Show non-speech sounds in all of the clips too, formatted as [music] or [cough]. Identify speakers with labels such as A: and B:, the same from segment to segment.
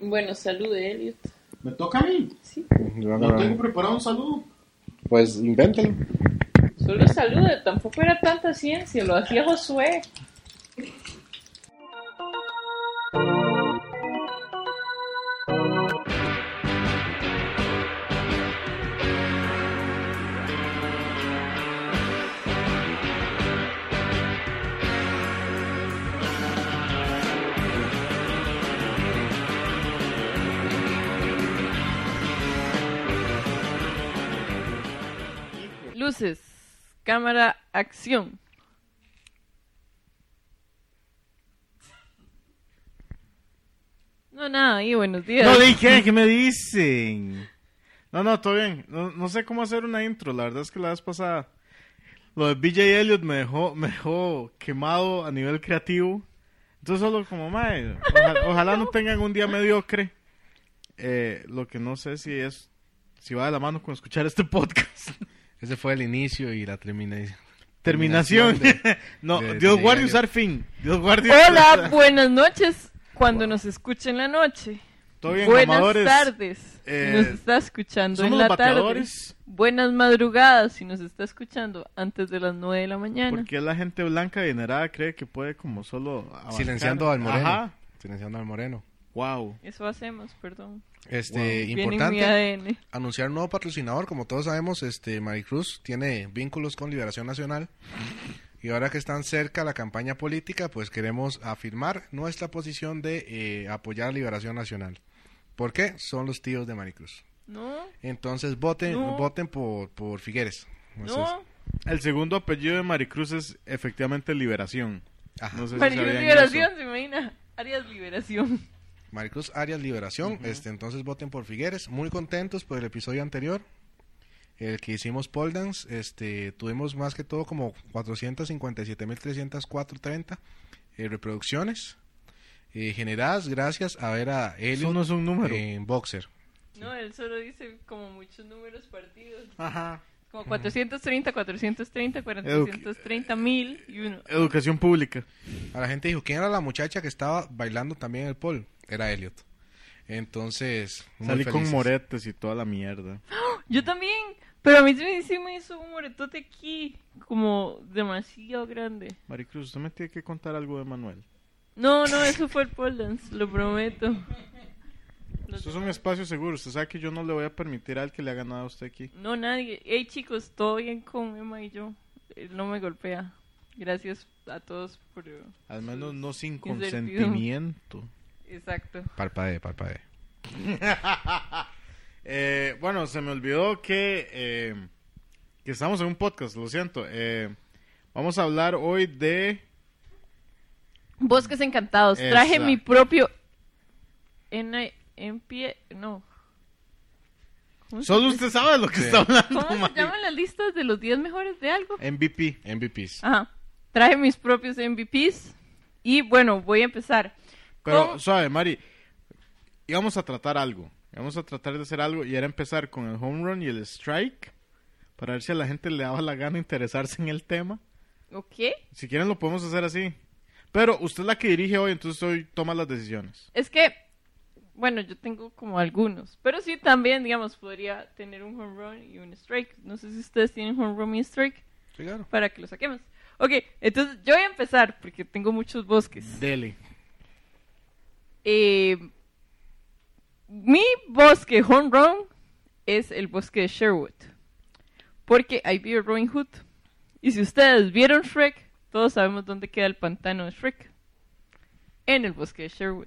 A: Bueno, salude, Elliot.
B: ¿Me toca a mí?
A: Sí.
B: No tengo preparado un saludo.
C: Pues invéntalo.
A: Solo salude, tampoco era tanta ciencia, lo hacía Josué. Luces, cámara, acción. No, nada, y buenos días. [laughs]
D: No dije, ¿qué me dicen? No, no, todo bien. No, no sé cómo hacer una intro, la verdad es que la vez pasada. Lo de BJ Elliot me dejó, me dejó quemado a nivel creativo. Entonces solo como, mae,
A: [laughs]
D: oja- ojalá no tengan un día mediocre. Eh, lo que no sé si es, si va de la mano con escuchar este podcast. [laughs]
C: Ese fue el inicio y la terminación.
D: Terminación.
C: de-
D: [laughs] no,
C: de-
D: Dios
C: de
D: guarde
C: diario.
D: usar fin. Dios guarde
A: Hola, buenas noches cuando nos escucha en la noche.
D: Todo bien,
A: buenas
D: amadores.
A: tardes
D: Eh,
A: si nos está escuchando
D: somos
A: en la
D: bateadores.
A: tarde. Buenas madrugadas si nos está escuchando antes de las 9 de la mañana.
D: Porque la gente blanca adinerada cree que puede como solo abarcar?
C: Silenciando al moreno.
D: Ajá.
C: Silenciando al moreno.
D: Wow.
A: Eso hacemos, perdón.
C: Este,
A: Viene en mi
C: importante
A: ADN.
C: anunciar un nuevo patrocinador. Como todos sabemos, este Maricruz tiene vínculos con Liberación Nacional. Y ahora que están cerca la campaña política, pues queremos afirmar nuestra posición de eh, apoyar a Liberación Nacional. ¿Por qué? Son los tíos de Maricruz.
A: No,
C: Entonces voten,
A: No.
C: voten por, por Figueres. Entonces,
A: no.
D: El segundo apellido de Maricruz es efectivamente Liberación.
C: Ajá.
D: No sé si
A: Marius
D: sabían
A: Liberación, se imagina. Arias Liberación.
C: Maricruz Arias Liberación, este, entonces voten por Figueres, muy contentos por el episodio anterior, el que hicimos pole dance, este, tuvimos más que todo como 457.304.30 eh, reproducciones eh, generadas gracias a ver a
D: eso. Eso
C: Elliot
D: no es un número.
C: en Boxer.
A: [laughs] No, él solo dice como muchos números partidos.
D: Ajá.
A: Como 430, 430, 430 mil y uno.
D: Educación pública.
C: A la gente dijo, ¿quién era la muchacha que estaba bailando también el pole? Era Elliot. Entonces, muy
D: Salí con
C: felices.
D: moretes y toda la mierda.
A: Yo también, pero a mí sí me- sí me hizo un moretote aquí, como demasiado grande.
D: Maricruz, usted me tiene que contar algo de Manuel.
A: No, no, eso fue el pole dance, lo prometo. Lo-
D: Esto es un espacio seguro. Usted sabe que yo no le voy a permitir al que le haga nada a usted aquí.
A: No, nadie. Hey, chicos, todo bien con Emma y yo. Él no me golpea. Gracias a todos por...
D: Al menos no sin
A: Incertidumbre.
D: consentimiento.
A: Exacto.
C: Parpadee, parpadee.
D: Eh, bueno, se me olvidó que, eh, que estamos en un podcast, lo siento. Eh, vamos a hablar hoy de...
A: Bosques encantados. Traje
D: Exacto.
A: mi propio... En, en pie... No. ¿Cómo se-
D: Solo usted sabe lo que
C: Sí.
D: está hablando.
A: ¿Cómo se
D: Mari.
A: llaman las listas de los 10 mejores de algo?
D: MVP.
C: MVPs.
A: Ajá. Traje mis propios MVPs. Y bueno, voy a empezar.
D: Pero
A: ¿Cómo?
D: suave, Mari. Íbamos a tratar algo. Íbamos a tratar de hacer algo y era empezar con el home run y el strike para ver si a la gente le daba la gana interesarse en el tema.
A: ¿Ok?
D: Si quieren lo podemos hacer así. Pero usted es la que dirige hoy, entonces hoy toma las decisiones.
A: Es que, bueno, yo tengo como algunos. Pero sí, también, digamos, podría tener un home run y un strike. No sé si ustedes tienen home run y strike
C: Sí, claro.
A: para que lo saquemos. Ok, entonces yo voy a empezar porque tengo muchos bosques.
D: Dele.
A: Eh, mi bosque home run es el bosque de Sherwood. Porque ahí vive Robin Hood. Y si ustedes vieron Shrek, todos sabemos dónde queda el pantano de Shrek. En el bosque de Sherwood.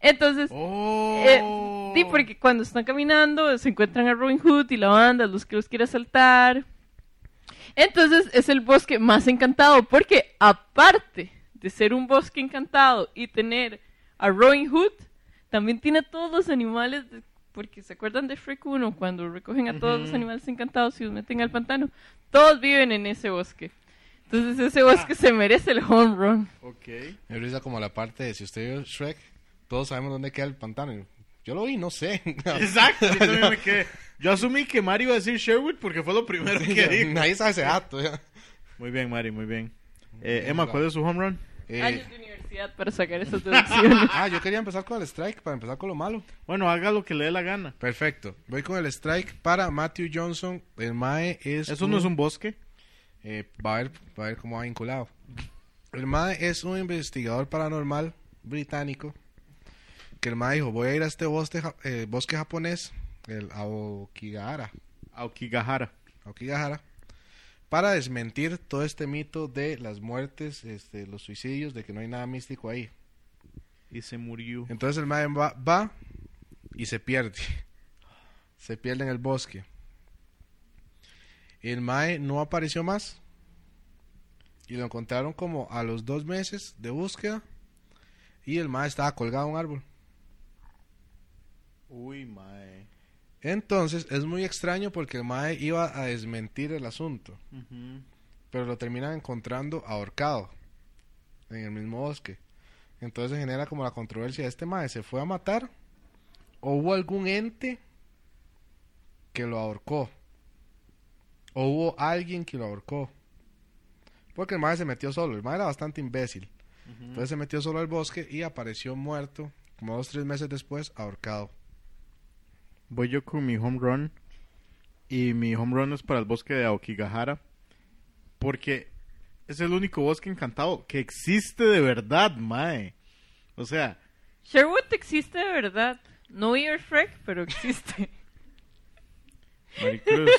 A: Entonces, eh,
D: ¡Oh!
A: sí, porque cuando están caminando se encuentran a Robin Hood y la banda, los que los quiere asaltar. Entonces es el bosque más encantado porque aparte de ser un bosque encantado y tener a Robin Hood, también tiene a todos los animales, de- porque se acuerdan de Shrek 1 cuando recogen a todos los animales encantados y los meten al pantano, todos viven en ese bosque. Entonces ese bosque se merece el home run.
D: Ok.
C: Me risa como la parte de si usted vio Shrek, todos sabemos dónde queda el pantano. Yo lo vi, no sé. [laughs]
D: [laughs] Exacto. Yo, también me quedé. Yo asumí que Mari iba a decir Sherwood porque fue lo primero que dijo.
C: Nadie sabe ese dato. ya.
D: Muy bien, Mari, muy bien. Eh,
C: Bien
D: Emma,
C: jugado.
D: ¿cuál es su home run?
C: Eh,
A: Años de universidad. capacidad para sacar esas deducciones.
C: Ah, yo quería empezar con el strike para empezar con lo malo.
D: Bueno, haga lo que le dé la gana.
C: Perfecto. Voy con el strike para Matthew Johnson. El Mae es.
D: Eso no es un bosque.
C: eh, va, a ver, va a ver cómo va vinculado. El Mae es un investigador paranormal británico. Que el Mae dijo: Voy a ir a este bosque, ja- eh, bosque japonés, el Aokigahara.
D: Aokigahara.
C: Aokigahara, para desmentir todo este mito de las muertes, este, los suicidios, de que no hay nada místico ahí.
D: Y se murió.
C: Entonces el mae va, va y se pierde. [laughs] Se pierde en el bosque. El mae no apareció más. Y lo encontraron como a los dos meses de búsqueda. Y el mae estaba colgado a un árbol.
D: Uy, mae.
C: Entonces es muy extraño porque el mae iba a desmentir el asunto. pero lo terminan encontrando ahorcado en el mismo bosque. Entonces se genera como la controversia de este mae, ¿se fue a matar? ¿O hubo algún ente que lo ahorcó? ¿O hubo alguien que lo ahorcó? Porque el mae se metió solo, el mae era bastante imbécil. Entonces se metió solo al bosque y apareció muerto, como dos o tres meses después, ahorcado.
D: Voy yo con mi home run. Y mi home run es para el bosque de Aokigahara. Porque es el único bosque encantado que existe de verdad, mae. O sea,
A: Sherwood existe de verdad. No Ear Freck, pero existe.
D: [laughs] Maricruz.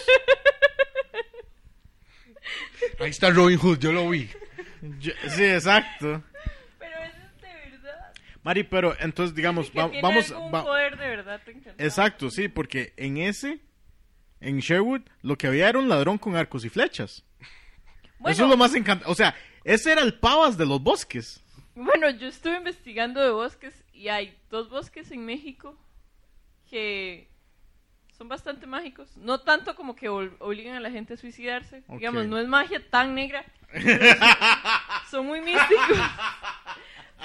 C: Ahí está Robin Hood, yo lo vi.
D: Yo- sí, exacto.
A: [laughs] pero eso es de verdad.
D: Mari, pero entonces, digamos, va- vamos.
A: algún
D: va-
A: poder de verdad encantado.
D: exacto, sí, porque en ese, en Sherwood, lo que había era un ladrón con arcos y flechas.
A: Bueno,
D: Eso es lo más encantado. O sea, ese era el pavas de los bosques.
A: bueno, yo estuve investigando de bosques y hay dos bosques en México que son bastante mágicos. No tanto como que ol- obligan a la gente a suicidarse.
D: Ok.
A: Digamos, no es magia tan
D: [laughs]
A: negra. pero son- son muy místicos.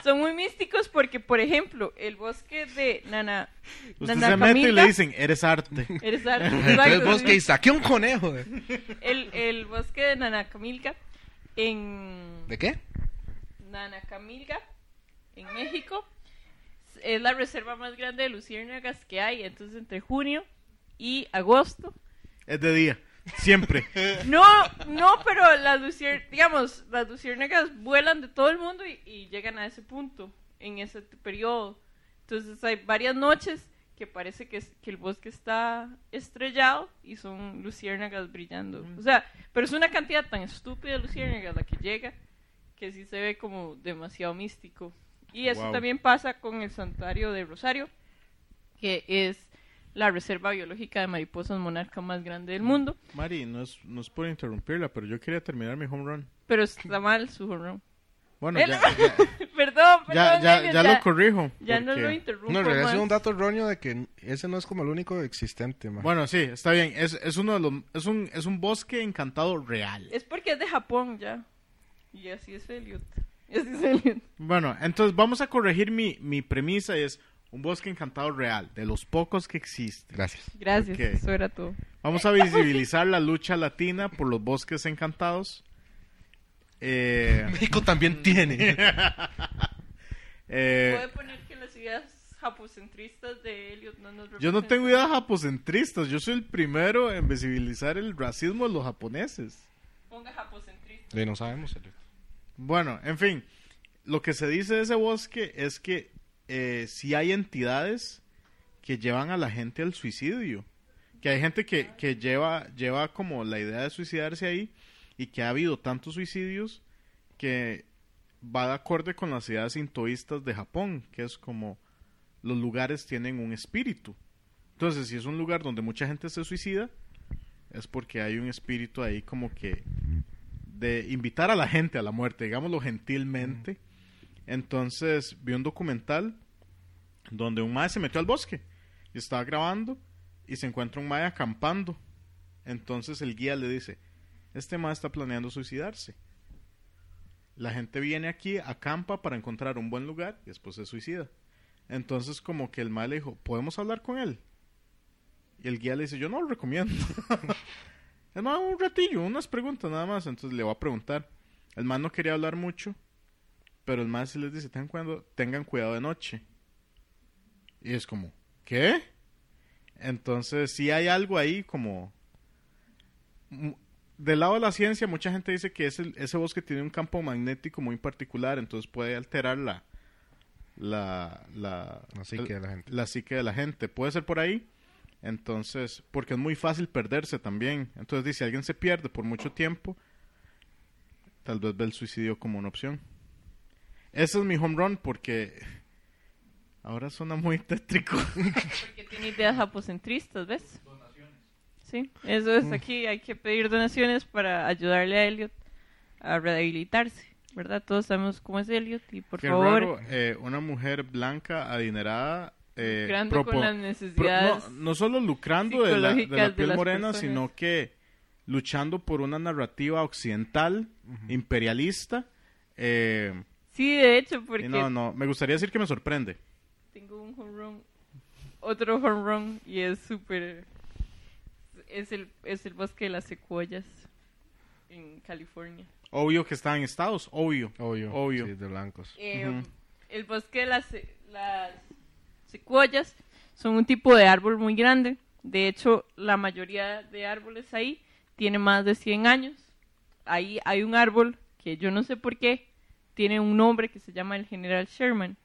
A: Son muy místicos porque, por ejemplo, el bosque de Nana.
D: Usted
A: Nana
D: se mete y le
A: Camila-
D: dicen,
A: [laughs]
D: eres arte.
A: Eres arte,
D: [laughs]
C: Entonces el
A: exacto,
C: bosque
A: sí.
C: y saqué un conejo. ¿De,
A: el, el bosque de Nanacamilca en
C: ¿De qué?
A: Nanacamilca en México es la reserva más grande de luciérnagas que hay, entonces entre junio y agosto.
D: Es de día. Siempre.
A: No, no, pero las luciérnagas, digamos, las luciérnagas vuelan de todo el mundo y, y llegan a ese punto en ese t- periodo. Entonces hay varias noches que parece que, es- que el bosque está estrellado y son luciérnagas brillando. O sea, pero es una cantidad tan estúpida de luciérnagas la que llega que sí se ve como demasiado místico. Y eso
D: Wow.
A: también pasa con el santuario de Rosario, que es la reserva biológica de mariposas monarca más grande del mundo.
D: Mari, no es, no es por interrumpirla, pero yo quería terminar mi home run.
A: Pero está mal su jonrón.
D: Bueno,
A: Eh,
D: ya,
A: no.
D: ya,
A: [laughs] Perdón, perdón.
D: ya, ya-
A: Elliot,
D: ya lo corrijo.
A: ya no
D: porque-
A: lo interrumpo.
C: No, en realidad es un
A: más.
C: dato erróneo de que ese no es como el único existente, ma.
D: Bueno, sí, está bien. Es, es uno de los, es un, es un bosque encantado real.
A: Es porque es de Japón ya. Y así es Elliot. Y [laughs] así es Elliot.
D: Bueno, entonces vamos a corregir mi, mi premisa es un bosque encantado real, de los pocos que existen.
C: Gracias.
A: Gracias,
D: Ok.
A: eso era todo.
D: Vamos a visibilizar la lucha latina por los bosques encantados. Eh,
C: México también tiene.
D: eh,
A: Puede poner que las ideas japocentristas de Elliot no nos
D: yo no
A: representan.
D: tengo ideas japocentristas, yo soy el primero en visibilizar el racismo de los japoneses.
A: Ponga japocentrista.
C: no sabemos.
D: Bueno, en fin, lo que se dice de ese bosque es que si hay entidades que llevan a la gente al suicidio, que hay gente que, que lleva, lleva como la idea de suicidarse ahí y que ha habido tantos suicidios que va de acorde con las ideas sintoístas de Japón, que es como los lugares tienen un espíritu. Entonces, si es un lugar donde mucha gente se suicida, es porque hay un espíritu ahí como que de invitar a la gente a la muerte, digámoslo gentilmente. Entonces vi un documental donde un mae se metió al bosque y estaba grabando y se encuentra un mae acampando. Entonces el guía le dice, este mae está planeando suicidarse. La gente viene aquí, acampa para encontrar un buen lugar y después se suicida. Entonces como que el mae le dijo, ¿podemos hablar con él? Y el guía le dice, yo no lo recomiendo. [laughs] Es más, un ratillo, unas preguntas nada más. Entonces le va a preguntar. El man no quería hablar mucho. Pero el más sí les dice, tengan cuidado, tengan cuidado de noche. Y es como, ¿qué? Entonces, sí hay algo ahí como... mu- Del lado de la ciencia, mucha gente dice que ese, ese bosque tiene un campo magnético muy particular, entonces puede alterar la... La, la,
C: La psique de la gente.
D: La psique de la gente. Puede ser por ahí. Entonces, porque es muy fácil perderse también. Entonces, dice, si alguien se pierde por mucho tiempo, tal vez ve el suicidio como una opción. Ese es mi home run porque ahora suena muy tétrico.
A: Porque tiene ideas apocentristas, ¿ves? Sí, eso
D: Mm.
A: es aquí. Hay que pedir donaciones para ayudarle a Elliot a rehabilitarse, ¿verdad? Todos sabemos cómo es Elliot y [laughs] por
D: Qué
A: favor,
D: raro, eh, una mujer blanca, adinerada, eh,
A: lucrando con
D: propo-
A: las
D: pro-
A: necesidades.
D: no, no solo lucrando de la, de la
A: psicológicas de
D: piel
A: las
D: morena,
A: personas.
D: sino que luchando por una narrativa occidental, imperialista. eh,
A: Sí, de hecho, porque
D: y no, no, me gustaría decir que me sorprende.
A: tengo un home run, otro home run y es súper... Es el, es el bosque de las secuoyas en California.
D: Obvio que está en Estados, obvio.
C: Obvio.
D: Obvio.
C: Sí, de blancos.
A: Eh,
D: Ujú.
A: El bosque de las, las secuoyas son un tipo de árbol muy grande. De hecho, la mayoría de árboles ahí tiene más de 100 años. Ahí hay un árbol que yo no sé por qué tiene un nombre que se llama el General Sherman.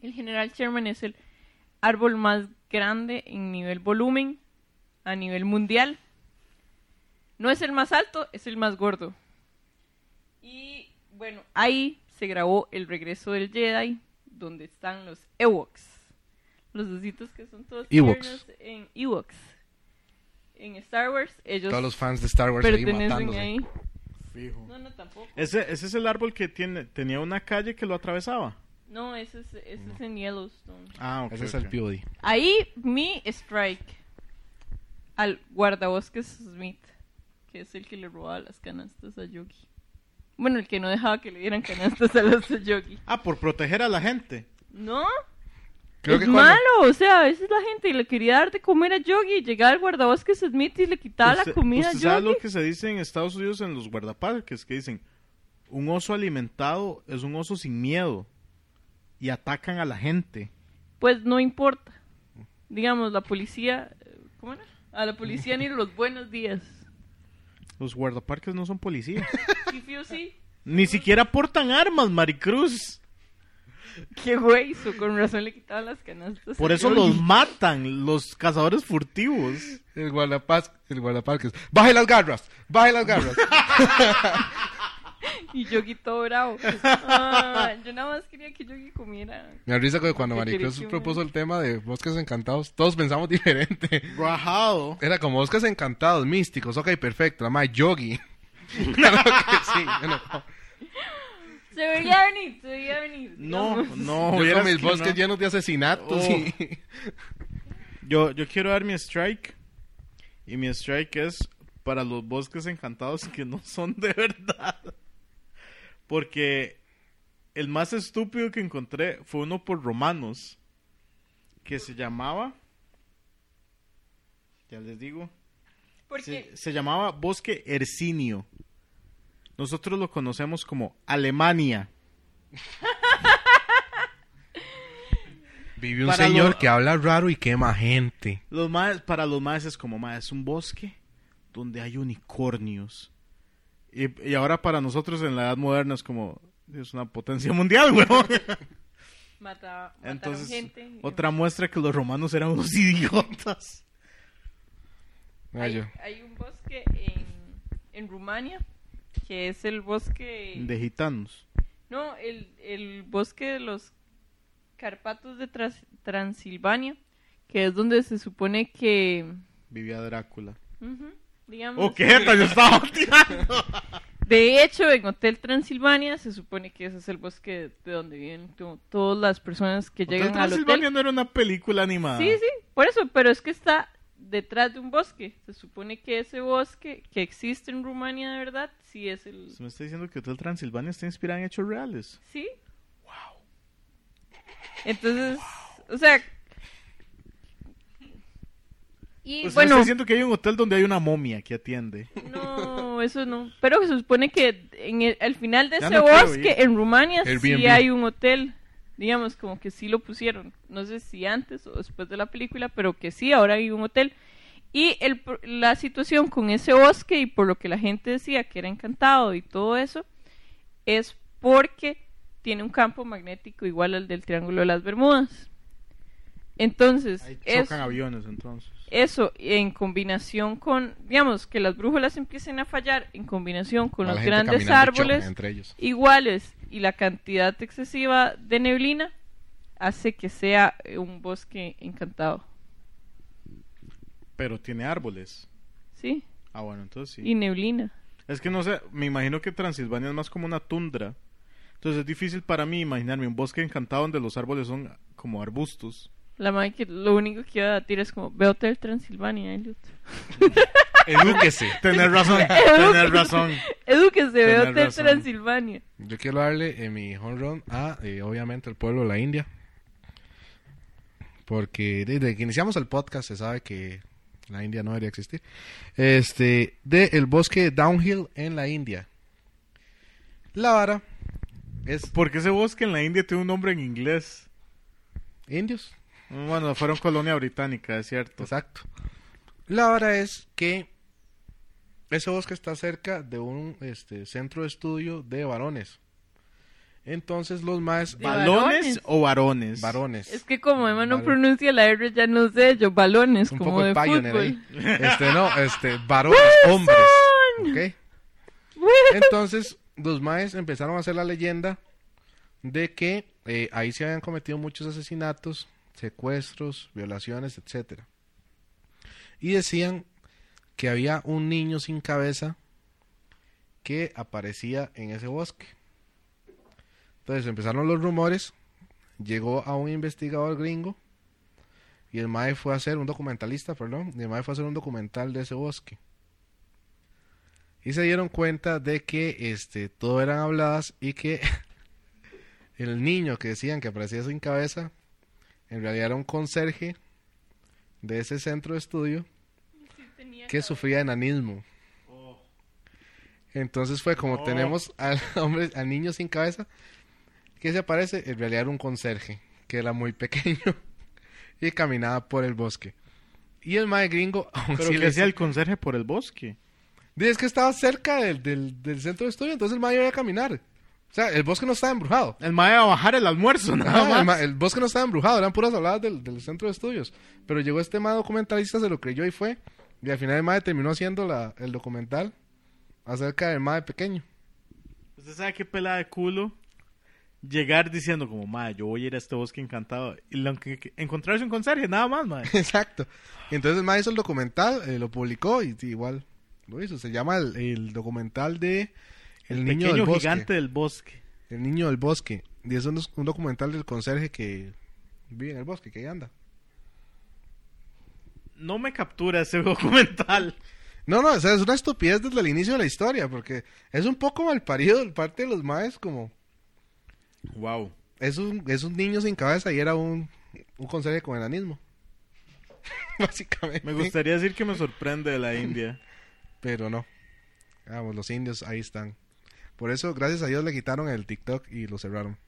A: El General Sherman es el árbol más grande en nivel volumen a nivel mundial. No es el más alto, es el más gordo. Y bueno, ahí se grabó El regreso del Jedi, donde están los Ewoks. Los ositos que son todos
C: Ewoks.
A: tiernos en Ewoks. En Star Wars, ellos
C: Todos los fans de Star Wars ahí
A: pertenecen
C: matándose.
A: ahí.
D: Fijo.
A: No, no, tampoco.
D: Ese, ese es el árbol que tiene, tenía una calle que lo atravesaba.
A: No, ese es, ese es en Yellowstone.
D: Ah, ok.
C: Ese es el
D: ok.
C: POD.
A: Ahí mi strike al guardabosques Smith, que es el que le robaba las canastas a Yogi. Bueno, el que no dejaba que le dieran canastas a los a Yogi.
D: Ah, por proteger a la gente.
A: No,
C: Creo
A: es
C: que cuando-
A: malo. O sea, a veces la gente le quería dar de comer a Yogi. Llegaba al guardabosques Smith y le quitaba la
D: Usted-
A: comida a
D: usted
A: Yogi.
D: sabe pues, lo que se dice en Estados Unidos en los guardaparques, que dicen, un oso alimentado es un oso sin miedo y atacan a la gente.
A: Pues no importa. Digamos, la policía. ¿Cómo era? A la policía ni los buenos días.
D: Los guardaparques no
A: [laughs]
D: son policías.
A: Sí, fío, sí.
D: Ni siquiera portan armas, Maricruz.
A: [laughs] Qué güey, su- con razón le quitaban las canastas.
D: Por
A: a
D: eso
A: Yogi.
D: los matan, los cazadores furtivos.
C: El guardapaz, el guardaparques. Baje las garras, baje
A: [laughs]
C: las garras.
A: Y Yogi todo
D: [laughs]
A: bravo. Ah, yo nada más quería que Yogi comiera.
C: Me da risa que cuando
A: Qué
C: Maricruz
A: triste,
C: propuso el tema de bosques encantados, todos pensamos diferente.
D: Rajado.
C: Era como bosques encantados, místicos, ok, perfecto, la más
A: [laughs]
C: yogi. claro que sí. bueno,
A: Se veía venir, se veía venir.
D: No,
A: digamos.
D: no,
C: yo
D: vieras
C: con mis
D: que
C: bosques
D: no.
C: llenos de asesinatos
D: Oh.
C: y...
D: Yo, yo quiero dar mi strike. Y mi strike es para los bosques encantados que no son de verdad. Porque el más estúpido que encontré fue uno por romanos. Que se llamaba. Ya les digo.
A: Porque
D: Se, se llamaba Bosque Ercinio. Nosotros lo conocemos como Alemania.
C: [laughs] Vive un
D: Para
C: señor
D: lo-
C: que habla raro y quema gente.
D: Los más, para los más es como más, es un bosque donde hay unicornios. Y, y ahora para nosotros en la edad moderna es como, es una potencia mundial, [laughs] weón.
A: mata, mataron
D: Entonces,
A: gente.
D: otra muestra que los romanos eran unos [laughs] idiotas.
A: Hay,
C: Gallo.
A: hay un bosque en, en Rumania que es el bosque.
D: De gitanos.
A: No, el, el bosque de los Carpatos de Tras- Transilvania, que es donde se supone que.
D: Vivía Drácula.
A: ujú, digamos.
D: ¡Oh, qué jeta!
A: [laughs]
D: Yo estaba tirando.
A: De hecho, en Hotel Transilvania se supone que ese es el bosque de donde viven to- todas las personas que
D: Hotel
A: llegan al
D: Transilvania Ah.
A: hotel.
D: no era una película animada.
A: Sí, sí, por eso, pero es que está detrás de un bosque. Se supone que ese bosque que existe en Rumania de verdad, sí es el...
D: Se me está diciendo que Hotel Transilvania está inspirada en hechos reales.
A: Sí. Entonces, o sea... Y
D: Pues me está
A: bueno,
D: Pues diciendo que hay un hotel donde hay una momia que atiende.
A: no... no, eso no. Pero se supone que en el, al final de
D: Ya
A: ese
D: no quiero
A: bosque,
D: ir.
A: en Rumania, sí
C: Airbnb.
A: hay un hotel. Digamos, como que sí lo pusieron. No sé si antes o después de la película, pero que sí, ahora hay un hotel. Y el, pro- la situación con ese bosque y por lo que la gente decía que era encantado y todo eso, es porque tiene un campo magnético igual al del Triángulo de las Bermudas. Entonces,
D: Ahí chocan
A: es
D: aviones entonces.
A: eso en combinación con, digamos, que las brújulas empiecen a fallar en combinación con
C: A la
A: los
C: gente
A: grandes
C: caminando y chocan
A: árboles
C: entre ellos.
A: iguales y la cantidad excesiva de neblina hace que sea eh, un bosque encantado,
D: Pero tiene árboles.
A: ¿sí?
D: Ah, bueno, entonces sí.
A: Y neblina.
D: Es que no sé, me imagino que Transilvania es más como una tundra. Entonces es difícil para mí imaginarme un bosque encantado donde los árboles son como arbustos.
A: La madre que lo único que iba a decir es como, ve Hotel Transilvania, ¿eh, Elliot.
C: [laughs] [laughs] Edúquese.
A: [laughs]
D: Tener razón, tener razón.
A: Edúquese, ve
D: Tenés
A: Hotel
D: razón.
A: Transilvania.
C: Yo quiero darle eh, mi home run a, eh, obviamente, el pueblo de la India. Porque desde que iniciamos el podcast se sabe que la India no debería existir. Este, de el bosque Downhill en la India. La vara es
D: Porque ese bosque en la India tiene un nombre en inglés.
C: indios.
D: Bueno, fueron colonia británica, es cierto.
C: Exacto. La hora es que ese bosque está cerca de un este, centro de estudio de varones. Entonces los más
A: De
D: ¿Balones
A: varones.
D: o varones?
C: varones.
A: Es que como Emma no
C: Vale.
A: pronuncia la R, ya no sé, yo balones,
C: un
A: como
C: poco
A: de
C: de pioneer
A: fútbol. [laughs]
C: ahí. Este, no, este, varones, hombres. ¿ok? Entonces, los maes empezaron a hacer la leyenda de que eh, ahí se habían cometido muchos asesinatos, secuestros, violaciones, etcétera. Y decían que había un niño sin cabeza que aparecía en ese bosque. Entonces empezaron los rumores, llegó a un investigador gringo y el mae fue a hacer un documentalista, perdón, y el mae fue a hacer un documental de ese bosque. Y se dieron cuenta de que este todo eran habladas y que [laughs] el niño que decían que aparecía sin cabeza en realidad era un conserje de ese centro de estudio que sufría enanismo. Entonces fue como
D: No.
C: tenemos al [laughs] hombre, al niño sin cabeza, que se aparece, en realidad era un conserje, que era muy pequeño y caminaba por el bosque. Y el mae gringo, [laughs] aún
D: Pero
C: sí
D: que
C: le-
D: sea el conserje por el bosque.
C: Dice, es que estaba cerca del, del- del centro de estudio, entonces el mae iba a caminar. O sea, el bosque no estaba embrujado.
D: El mae va a bajar el almuerzo, [laughs] nada
C: Ajá, Ah, el,
D: más.
C: ma- el bosque no estaba embrujado, eran puras habladas del, del centro de estudios. Pero llegó este mae documentalista, se lo creyó y fue. Y al final el mae terminó haciendo la- el documental acerca del mae pequeño. [laughs]
D: Usted sabe qué pelada de culo llegar diciendo como, mae, yo voy a ir a este bosque encantado. Y lo que- que- encontrarse un conserje, nada más, mae.
C: Exacto. Y entonces el mae hizo el documental, eh, lo publicó y sí, igual lo hizo. Se llama el, el documental de El, Niño del
D: Pequeño
C: Bosque.
D: gigante del bosque.
C: El Niño del Bosque. Y es un, un documental del conserje que vive en el bosque, que ahí anda.
D: No me captura ese [laughs] documental.
C: No, no, o sea, es una estupidez desde el inicio de la historia, porque es un poco malparido de parte de los maes, como
D: Wow.
C: es un, es un niño sin cabeza y era un, un conserje con enanismo. [laughs] Básicamente.
D: Me gustaría decir que me sorprende de la India.
C: Pero no. Vamos, los indios ahí están. Por eso, gracias a Dios, le quitaron el TikTok y lo cerraron.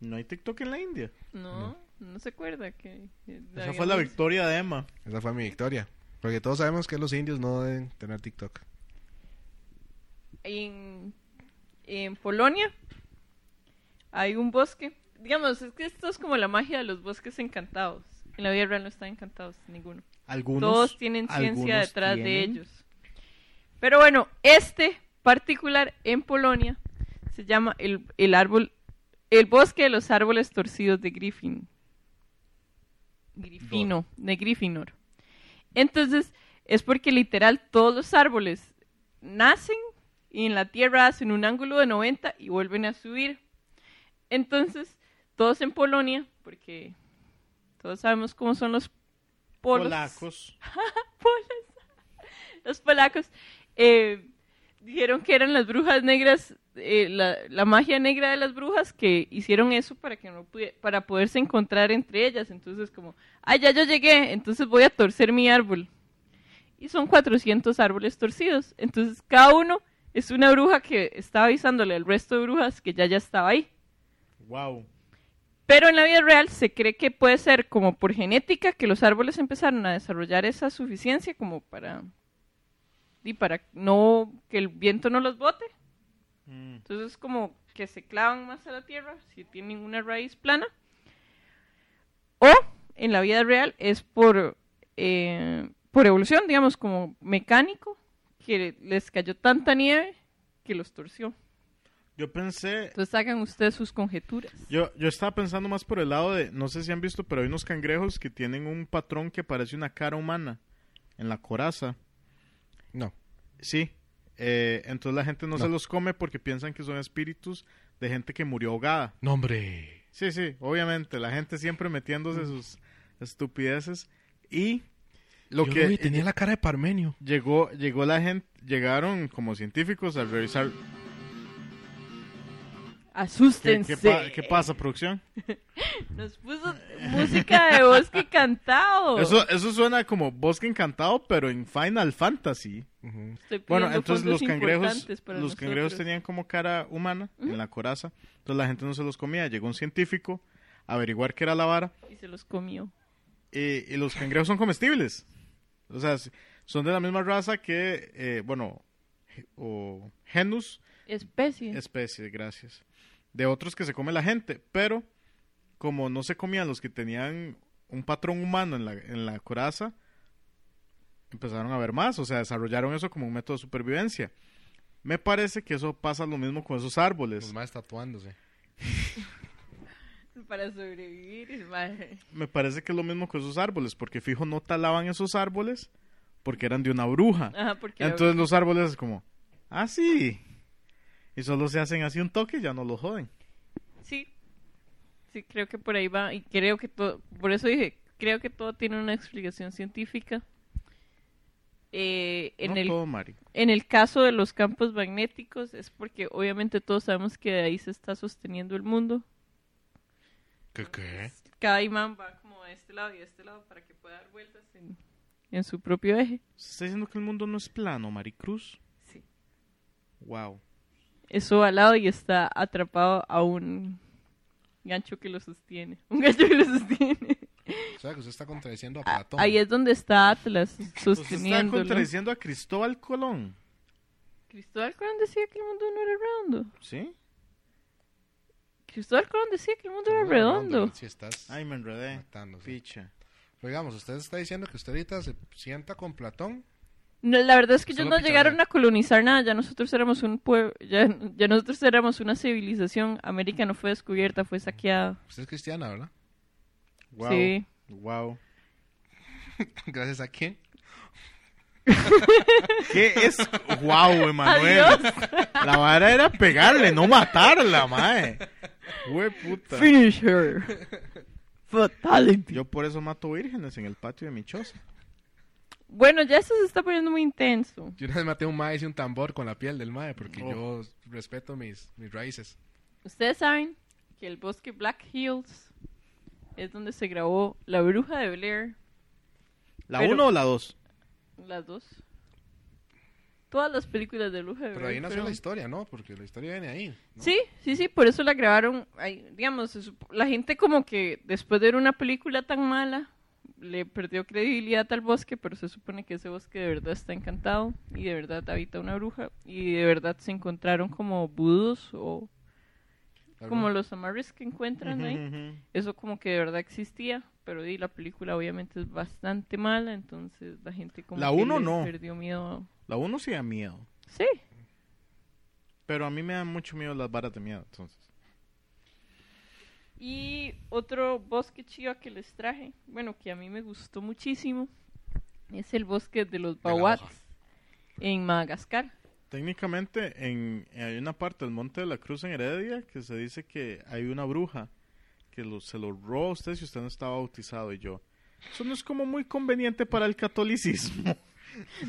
D: No hay TikTok en la India.
A: No, no se acuerda que... que
D: Esa fue la
A: habíamos-
D: victoria de Emma.
C: Esa fue mi victoria. Porque todos sabemos que los indios no deben tener TikTok.
A: en, en Polonia hay un bosque. Digamos, es que esto es como la magia de los bosques encantados. En la vida real no están encantados ninguno.
D: Algunos.
A: Todos tienen ciencia
D: algunos
A: detrás de
D: tienen.
A: ellos. Pero bueno, este particular en Polonia se llama el, el árbol, el bosque de los árboles torcidos de Griffin. Grifino, de Gryffindor. Entonces, es porque literal todos los árboles nacen y en la tierra hacen un ángulo de 90 y vuelven a subir. Entonces, todos en Polonia, porque todos sabemos cómo son los polos
D: Polacos.
A: [laughs] los polacos eh, dijeron que eran las brujas negras, eh, la, la magia negra de las brujas que hicieron eso para que no pudie- para poderse encontrar entre ellas. Entonces como, ay ya yo llegué, entonces voy a torcer mi árbol. y son 400 árboles torcidos. Entonces cada uno es una bruja que está avisándole al resto de brujas que ya ya estaba ahí.
D: Wow.
A: Pero en la vida real se cree que puede ser como por genética que los árboles empezaron a desarrollar esa suficiencia como para y para no que el viento no los bote.
D: Mm.
A: Entonces como que se clavan más a la tierra si tienen una raíz plana. O en la vida real es por eh, por evolución, digamos como mecánico que les cayó tanta nieve que los torció.
D: Yo pensé,
A: Entonces hagan ustedes sus conjeturas.
D: yo, yo estaba pensando más por el lado de, no sé si han visto, pero hay unos cangrejos que tienen un patrón que parece una cara humana en la coraza.
C: No.
D: Sí. Eh, entonces la gente
C: No.
D: no, se los come porque piensan que son espíritus de gente que murió ahogada.
C: No, hombre.
D: Sí, sí, obviamente. La gente siempre
C: Mm.
D: metiéndose sus estupideces. Y lo
C: Yo
D: que eh,
C: lo vi, tenía la cara de Parmenio.
D: llegó, llegó la gente, llegaron como científicos a revisar. ¿Qué,
A: Asústense.
D: qué pa- qué pasa, producción?
A: Nos puso música de bosque cantado.
D: Eso, eso suena como Bosque Encantado, pero en Final Fantasy.
C: Ujú.
A: Estoy
D: Bueno,
A: pidiendo
D: entonces
A: fondos
D: los cangrejos,
A: importantes para
D: los
A: nosotros.
D: cangrejos tenían como cara humana en la coraza. Entonces la gente no se los comía. Llegó un científico a averiguar qué era la vara. eh,
A: Y se los comió.
D: Y, y los cangrejos son comestibles. O sea, s- son de la misma raza que, eh, bueno, ge- o genus,
A: Especie.
D: especie, gracias. De otros que se come la gente. Pero, como no se comían los que tenían un patrón humano en la, en la coraza, empezaron a ver más. O sea, desarrollaron eso como un método de supervivencia. Me parece que eso pasa lo mismo con esos árboles.
C: Los más tatuándose.
A: Para sobrevivir, el mae.
D: Me parece que es lo mismo con esos árboles, porque fijo no talaban esos árboles porque eran de una bruja.
A: Ajá, porque la-
D: Entonces los árboles es como, ah, sí. Y solo se hacen así un toque y ya no lo joden.
A: Sí. Sí, creo que por ahí va. Y creo que todo. Por eso dije, creo que todo tiene una explicación científica. Eh, en
D: no
A: el
D: todo, Mari.
A: En el caso de los campos magnéticos es porque obviamente todos sabemos que de ahí se está sosteniendo el mundo.
C: ¿Qué qué?
A: Cada imán va como de este lado y de este lado para que pueda dar vueltas en, en su propio eje.
D: ¿Se está diciendo que el mundo no es plano, Maricruz?
A: Sí.
D: Wow.
A: Es ovalado y está atrapado a un gancho que lo sostiene. [laughs] Un gancho que lo sostiene.
C: O sea, que usted está contradiciendo a
A: A-
C: Platón.
A: Ah, ahí es donde está Atlas
C: Pues
D: Usted Pues está
A: sosteniendo.
D: contradiciendo a Cristóbal Colón.
A: Cristóbal Colón decía que el mundo no era redondo.
D: ¿Sí?
A: Cristóbal Colón decía que el mundo era
C: No,
A: redondo.
C: no, Si estás
D: Ay, me enredé.
C: matándose.
D: Picha.
C: Pero digamos, usted está diciendo que usted ahorita se sienta con Platón.
A: No, la verdad es que ellos
C: Solo
A: no
C: picharra.
A: llegaron a colonizar nada, ya nosotros éramos un pueblo, ya, ya nosotros éramos una civilización, América no fue descubierta, fue saqueada.
C: Usted es cristiana, ¿verdad? [laughs]
D: Wow.
A: Sí.
D: Wow.
C: Gracias a quién.
D: ¿Qué es?
A: [laughs]
D: Wow, Emanuel. La vara era pegarle, no matarla, mae. Hue puta.
A: Finish her. Fatality.
D: Yo por eso mato vírgenes en el patio de mi choza.
A: Bueno, ya esto se está poniendo muy intenso.
C: Yo una vez maté un maíz y un tambor con la piel del mae porque
D: Oh.
C: yo respeto mis, mis raíces.
A: Ustedes saben que el bosque Black Hills es donde se grabó La Bruja de Blair,
D: ¿La
A: Pero-
D: 1 o la 2?
A: las dos. Todas las películas de Bruja de Blair.
C: Pero ahí nació
A: fueron-
C: la historia, ¿no? Porque la historia viene ahí. ¿no?
A: Sí, sí, sí, por eso la grabaron. ahí, digamos, se supo- la gente como que después de ver una película tan mala, le perdió credibilidad al bosque, pero se supone que ese bosque de verdad está encantado y de verdad habita una bruja y de verdad se encontraron como budos o
C: Algo-
A: como los amarres que encuentran ahí. Eso como que de verdad existía, pero di, la película obviamente es bastante mala, entonces la gente como
D: La
A: que
D: uno
A: le
D: no.
A: perdió miedo.
D: La 1 sí da miedo.
A: Sí,
D: Pero a mí me dan mucho miedo las varas de miedo, entonces.
A: Y otro bosque chido que les traje, bueno, que a mí me gustó muchísimo, es el bosque de los
C: la hoja.
A: Bawats en Madagascar.
D: Técnicamente, en, hay una parte del Monte de la Cruz en Heredia que se dice que hay una bruja que lo- se lo robó a usted si usted no estaba bautizado y yo. Eso no es como muy conveniente para el catolicismo.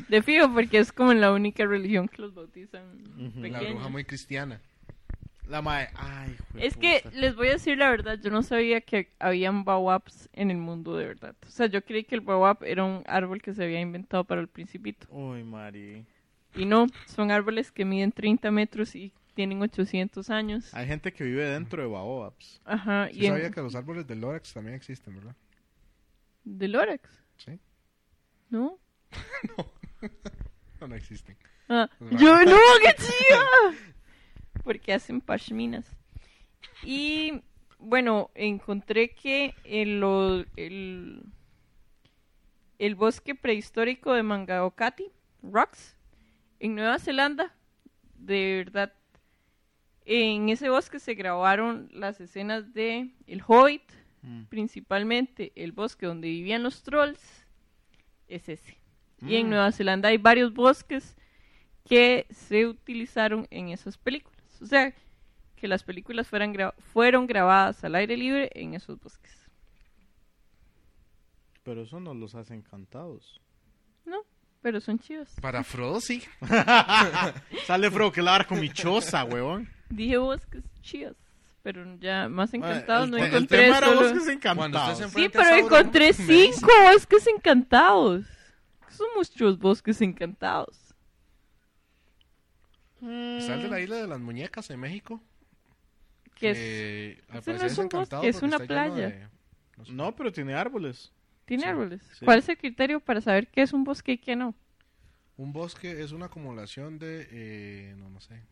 A: De fijo, porque es como la única religión que los bautizan.
D: Ujú.
C: La
A: pequeños.
C: bruja muy cristiana.
D: [laughs] La mae. Ay, jue
A: Es que
D: puta.
A: les voy a decir la verdad, yo no sabía que habían baobabs en el mundo de verdad. O sea, yo creí que el baobab era un árbol que se había inventado para el principito.
D: Uy, Mari.
A: Y no, son árboles que miden 30 metros y tienen 800 años.
D: Hay gente que vive dentro de baobabs.
A: Ajá,
C: Sí
A: y en-
C: sabía que los árboles del Lorax también existen, ¿verdad?
A: de Lorax,
C: Sí.
A: ¿no?
C: No, no existen.
A: Ah,
C: Los
A: [laughs] yo no, qué chido. [laughs] Porque hacen pashminas. Y bueno, encontré que el, lo- el, el bosque prehistórico de Mangaokati, Rocks, en Nueva Zelanda, de verdad, en ese bosque se grabaron las escenas de El Hobbit,
D: Mm.
A: principalmente el bosque donde vivían los trolls, es ese. Y en
D: Mm.
A: Nueva Zelanda hay varios bosques que se utilizaron en esas películas. O sea, que las películas fueran gra- fueron grabadas al aire libre en esos bosques.
D: Pero eso no los hace encantados.
A: No, pero son chivas.
C: Para Frodo sí.
D: Sale Frodo que lavar con mi [laughs] choza, weón.
A: Dije bosques chivas, pero ya más encantados
D: El-
A: no
D: el
A: encontré
D: tema era
A: solo-
D: bosques
C: Cuando usted
D: encantados.
C: se
A: Sí,
C: enfrenta a
A: pero
C: Sauron, me
A: encontré
C: dice.
A: cinco bosques encantados. Son muchos bosques encantados. Mm.
C: Está el de la isla de las muñecas en México.
A: Que es-
D: Eh,
C: que Eh, al
A: ese no
C: parecer
A: es un
C: encantado
A: bosque, es
C: porque
A: una
C: está lleno
A: playa.
C: de- no sé.
D: No, pero tiene árboles.
A: tiene
C: sí,
A: árboles.
D: sí.
A: ¿Cuál es el criterio para saber qué es un bosque y qué no?
C: Un bosque es una acumulación de... eh, no, no sé.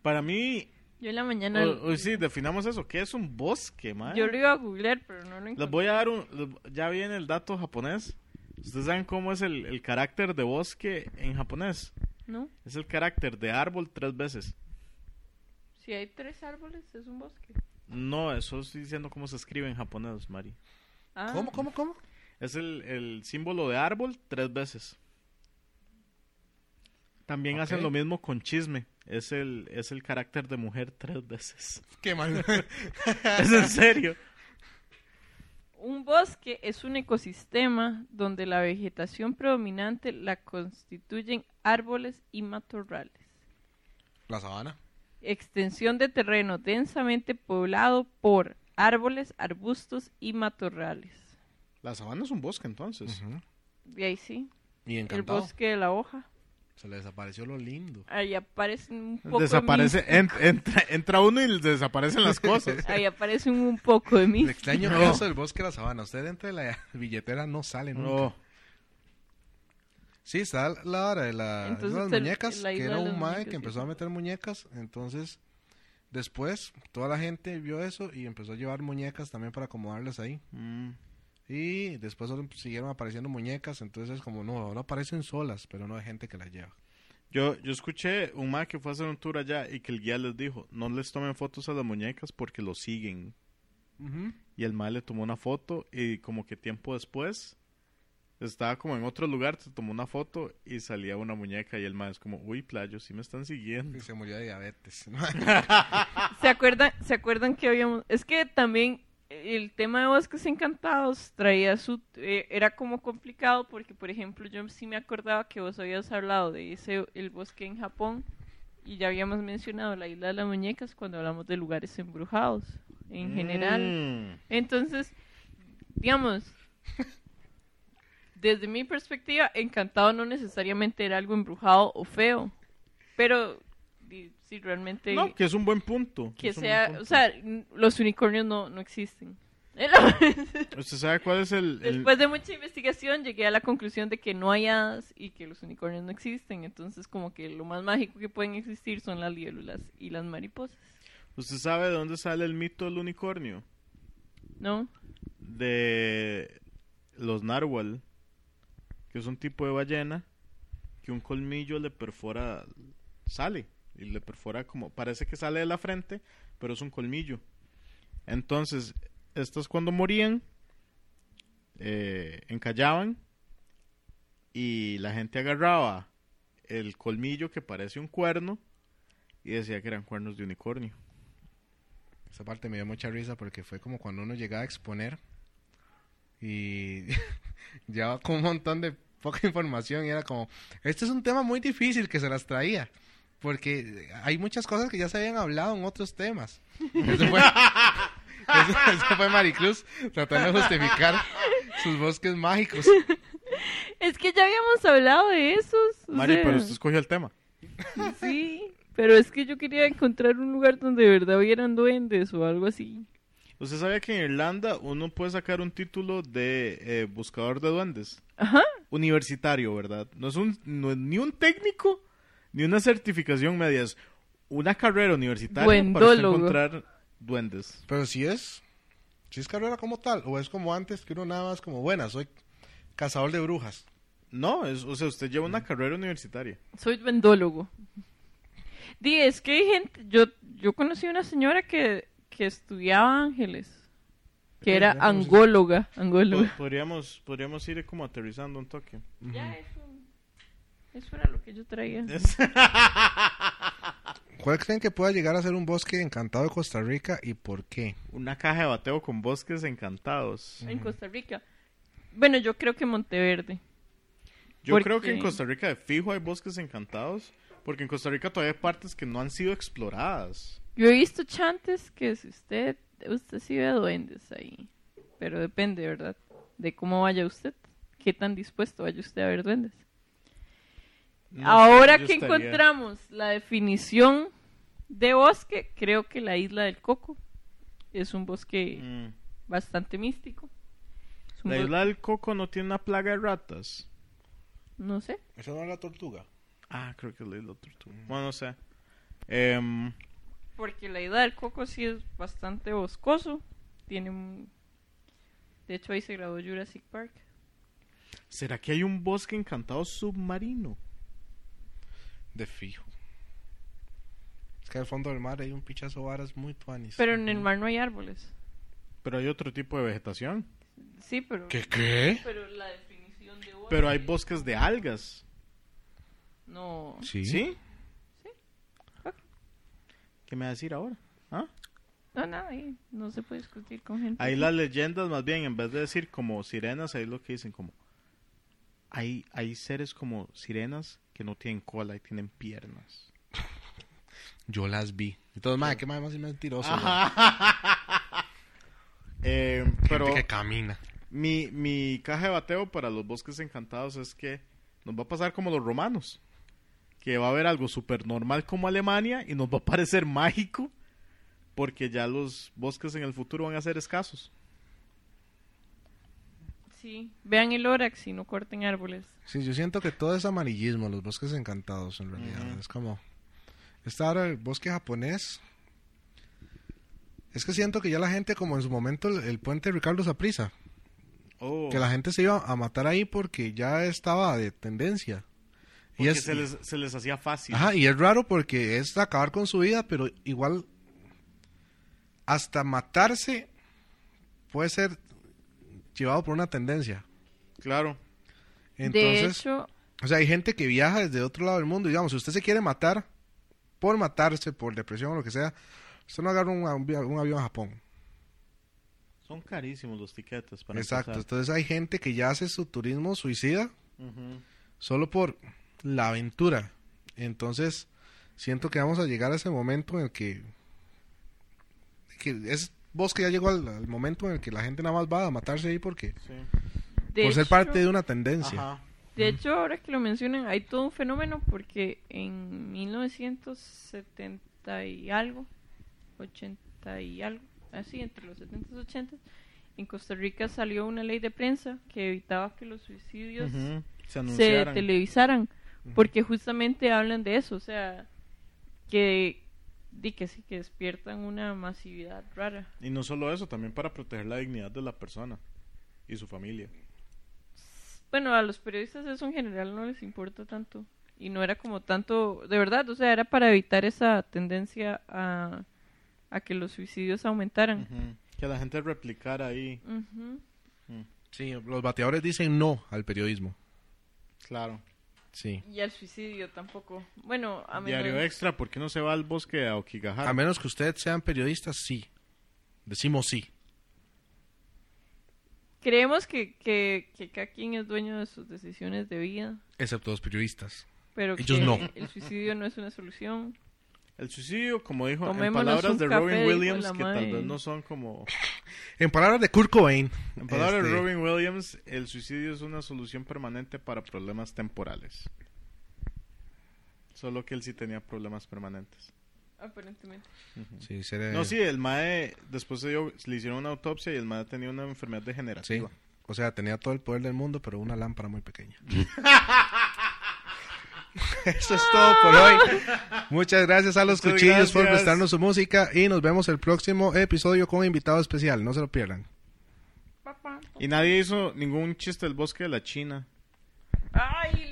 D: Para mí,
A: Yo en la mañana
D: o- o sí, definamos eso. ¿Qué es un bosque, man?
A: yo lo iba a googlear, pero no lo encontré.
D: Les voy a dar un... les- Ya viene el dato japonés. ¿Ustedes saben cómo es el, el carácter de bosque en japonés?
A: ¿No?
D: Es el carácter de árbol tres veces.
A: Si hay tres árboles, es un bosque.
D: No, eso estoy diciendo cómo se escribe en japonés, Mari.
A: Ah,
C: ¿Cómo, cómo, cómo?
D: Es el, el símbolo de árbol tres veces. También
C: Ok.
D: hacen lo mismo con chisme. Es el, es el carácter de mujer tres [laughs] veces.
C: [laughs] Qué mal.
D: es en serio.
A: Un bosque es un ecosistema donde la vegetación predominante la constituyen árboles y matorrales.
C: [laughs] la sabana.
A: Extensión de terreno densamente poblado por árboles, arbustos y matorrales.
D: La sabana es un bosque entonces.
C: Ujú.
A: De ahí sí,
C: Pues, Y
A: el
C: encantado.
A: bosque de la hoja.
C: Se le desapareció lo lindo.
A: Ahí aparece un poco
D: Desaparece,
A: de
D: en- entra, entra uno y desaparecen las cosas.
A: mí. Ahí aparece un, un poco de
C: [laughs]
A: mí.
C: El extraño
D: No.
C: caso del bosque de la sabana. Usted entra de la [laughs] billetera no sale nunca.
D: [laughs] No.
C: Sí, está la hora de, la- de
A: Entonces,
C: las
A: el-
C: muñecas,
A: la
C: que
A: isla
C: era
A: de las
C: un mae
A: muñecas,
C: que empezó
A: sí.
C: a meter muñecas. Entonces, después, toda la gente vio eso y empezó a llevar muñecas también para acomodarlas ahí.
D: Mm.
C: Y después solo siguieron apareciendo muñecas. Entonces, es como, no, ahora aparecen solas, pero no hay gente que las lleva.
D: Yo, yo escuché un ma que fue a hacer un tour allá y que el guía les dijo, no les tomen fotos a las muñecas porque lo siguen. Y el ma le tomó una foto y como que tiempo después estaba como en otro lugar, se tomó una foto y salía una muñeca y el ma es como, uy, playo, sí me están siguiendo.
C: Y se murió de diabetes.
A: ¿Se acuerdan, ¿Se acuerdan que habíamos.? Es que también el tema de Bosques Encantados traía su. eh, era como complicado porque, por ejemplo, yo sí me acordaba que vos habías hablado de ese el bosque en Japón y ya habíamos mencionado la isla de las muñecas cuando hablamos de lugares embrujados en general.
D: Mm.
A: Entonces, digamos. Desde mi perspectiva, encantado no necesariamente era algo embrujado o feo, pero di- si realmente
D: No, que es un buen punto.
A: que
D: es un
A: sea,
D: buen
A: o sea, n- los unicornios no, no existen. [laughs] Después
D: punto. ¿Usted sabe cuál es el... el-
A: de mucha investigación llegué a la conclusión de que no hay hadas y que los unicornios no existen. Entonces como que lo más mágico que pueden existir son las libélulas y las mariposas,
D: ¿Usted sabe de dónde sale el mito del unicornio?
A: ¿no?
D: de los narwhal, que es un tipo de ballena, que un colmillo le perfora, sale, y le perfora como, parece que sale de la frente, pero es un colmillo. Entonces, estos cuando morían, eh, encallaban, y la gente agarraba el colmillo que parece un cuerno, y decía que eran cuernos de unicornio.
C: Esa parte me dio mucha risa porque fue como cuando uno llegaba a exponer y [laughs] llevaba con un montón de poca información y era como, este es un tema muy difícil que se las traía. Porque hay muchas cosas que ya se habían hablado en otros temas. Eso fue, eso- eso fue Maricruz tratando de justificar sus bosques mágicos.
A: Es que ya habíamos hablado de esos. o
D: Mari,
A: sea,
D: pero usted escogió el tema.
A: [laughs] Sí, pero es que yo quería encontrar un lugar donde de verdad hubieran duendes o algo así.
D: ¿Usted sabía que en Irlanda uno puede sacar un título de eh, buscador de duendes?
A: Ajá.
D: Universitario, ¿verdad? No es, un, no es ni un técnico, ni una certificación media. Es una carrera universitaria para usted
A: Duendólogo.
D: encontrar duendes.
C: Pero si es, si es carrera como tal, o es como antes, que uno nada más como, buena, soy cazador de brujas.
D: No, es, o sea, usted lleva una carrera universitaria.
A: Soy vendólogo. Di, es que hay gente. Yo, yo conocí una señora que, que estudiaba ángeles. Que era
C: Ya conocí.
A: angóloga.
D: Po-
A: Angóloga.
D: Podríamos, podríamos ir como aterrizando un toque.
A: Ya, eso. Eso era lo que yo traía.
D: Es- [laughs]
C: ¿Cuál creen que pueda llegar a ser un bosque encantado de Costa Rica y por qué?
D: una caja de bateo con bosques encantados.
A: En Costa Rica. Bueno, yo creo que Monteverde.
D: Yo
A: Porque-
D: creo que en Costa Rica de fijo hay bosques encantados, porque en Costa Rica todavía hay partes que no han sido exploradas.
A: Yo he visto chantes que si usted, usted sí ve duendes ahí. Pero depende, ¿verdad? De cómo vaya usted. Qué tan dispuesto vaya usted a ver duendes.
D: No sé,
A: Ahora
D: yo
A: que
D: estaría-
A: encontramos la definición de bosque, creo que la isla del Coco es un bosque
D: Mm.
A: bastante místico. Es un
D: La
A: bo-
D: isla del coco no tiene una plaga de ratas.
A: No sé.
C: Eso no es la tortuga.
D: Ah, creo que es la isla tortuga. Bueno, no sé. Em,
A: Porque la isla del Coco sí es bastante boscoso. Tiene un... De hecho, ahí se grabó Jurassic Park.
D: ¿Será que hay un bosque encantado submarino?
C: De fijo. Es que al fondo del mar hay un pichazo varas muy tuanis.
A: Pero en el mar no hay árboles.
D: Pero hay otro tipo de vegetación.
A: Sí, pero...
C: ¿Qué qué?
A: Pero la definición de bosque...
D: Pero hay bosques de algas.
A: No.
C: Sí.
D: ¿Sí?
A: Ok.
D: ¿Qué me va a decir ahora? ¿Ah?
A: No, nada, ahí no se puede discutir con gente.
D: Ahí las leyendas, más bien, en vez de decir como sirenas, ahí lo que dicen como... Hay, hay seres como sirenas que no tienen cola y tienen piernas.
C: Yo las vi. Entonces, madre, qué madre más mentiroso.
D: [laughs] Eh,
C: Pero...
D: pero
C: que camina.
D: mi, mi caja de bateo para los bosques encantados es que nos va a pasar como los romanos. Que va a haber algo súper normal como Alemania y nos va a parecer mágico. Porque ya los bosques en el futuro van a ser escasos.
A: Sí, vean el Orax y no corten árboles.
C: Sí, yo siento que todo es amarillismo, los bosques encantados, en realidad.
D: Ujú.
C: Es como. Está ahora el bosque japonés. Es que siento que ya la gente, como en su momento el, el puente Ricardo Saprisa,
D: Oh.
C: que la gente se iba a matar ahí porque ya estaba de tendencia. Y
D: Porque
C: es,
D: se, les, se les hacía fácil.
C: Ajá, y es raro porque es acabar con su vida, pero igual hasta matarse puede ser llevado por una tendencia.
D: Claro.
A: de
C: Entonces,
A: hecho,
C: o sea, hay gente que viaja desde otro lado del mundo. Digamos, si usted se quiere matar por matarse, por depresión o lo que sea, usted no agarra un, avi- un avión a Japón.
D: Son carísimos los tiquetes. Para
C: Exacto.
D: empezar.
C: Entonces hay gente que ya hace su turismo suicida
D: Ujú.
C: solo por la aventura. Entonces, siento que vamos a llegar a ese momento en el que, que es vos que ya llegó al, al momento en el que la gente nada más va a matarse ahí porque
D: Sí.
A: de
C: por ser
A: hecho-
C: parte de una tendencia.
D: Ajá.
A: de hecho, ahora que lo mencionan, hay todo un fenómeno porque en 1970 y algo, 80 y algo, así entre los 70 y 80, en Costa Rica salió una ley de prensa que evitaba que los suicidios
D: Ujú. Se
A: se
D: anunciaran.
A: televisaran porque justamente hablan de eso o sea que di que sí que despiertan una masividad rara
D: Y no solo eso, también para proteger la dignidad de la persona y su familia.
A: bueno a los periodistas eso en general no les importa tanto y no era como tanto de verdad o sea era para evitar esa tendencia a, a que los suicidios aumentaran
D: Ujú. Que la gente replicara ahí.
A: Ujú.
C: Sí, los bateadores dicen no al periodismo.
D: Claro.
C: Sí.
A: y al suicidio tampoco bueno a menos
D: Diario extra, ¿por qué no se va al bosque a Okigahara?
C: A menos que ustedes sean periodistas, sí. Decimos sí.
A: creemos que, que que cada quien es dueño de sus decisiones de vida
C: Excepto los periodistas.
A: pero
C: Ellos
A: que
C: no.
A: el suicidio no es una solución.
D: El suicidio, como dijo en
A: Tomémonos
D: palabras
A: un
D: de
A: café,
D: Robin
A: dijo
D: Williams,
A: la
D: que tal
A: mae.
D: vez no son como...
C: En palabras de Kurt Cobain.
D: En palabras
C: este,
D: de Robin Williams, el suicidio es una solución permanente para problemas temporales. Solo que él sí tenía problemas permanentes.
A: Aparentemente.
C: Sí, será-
D: No, sí, el mae, después se dio- le hicieron una autopsia y el mae tenía una enfermedad [laughs]
C: Sí.
D: degenerativa.
C: O sea, tenía todo el poder del mundo, pero una lámpara muy pequeña. Eso es todo por hoy. Muchas gracias a los
D: Ah. Muchas
C: cuchillos por
D: gracias.
C: prestarnos su música y nos vemos el próximo episodio con invitado especial. No se lo pierdan.
A: Papá.
D: Y nadie hizo ningún chiste del bosque de la China.
A: Ay,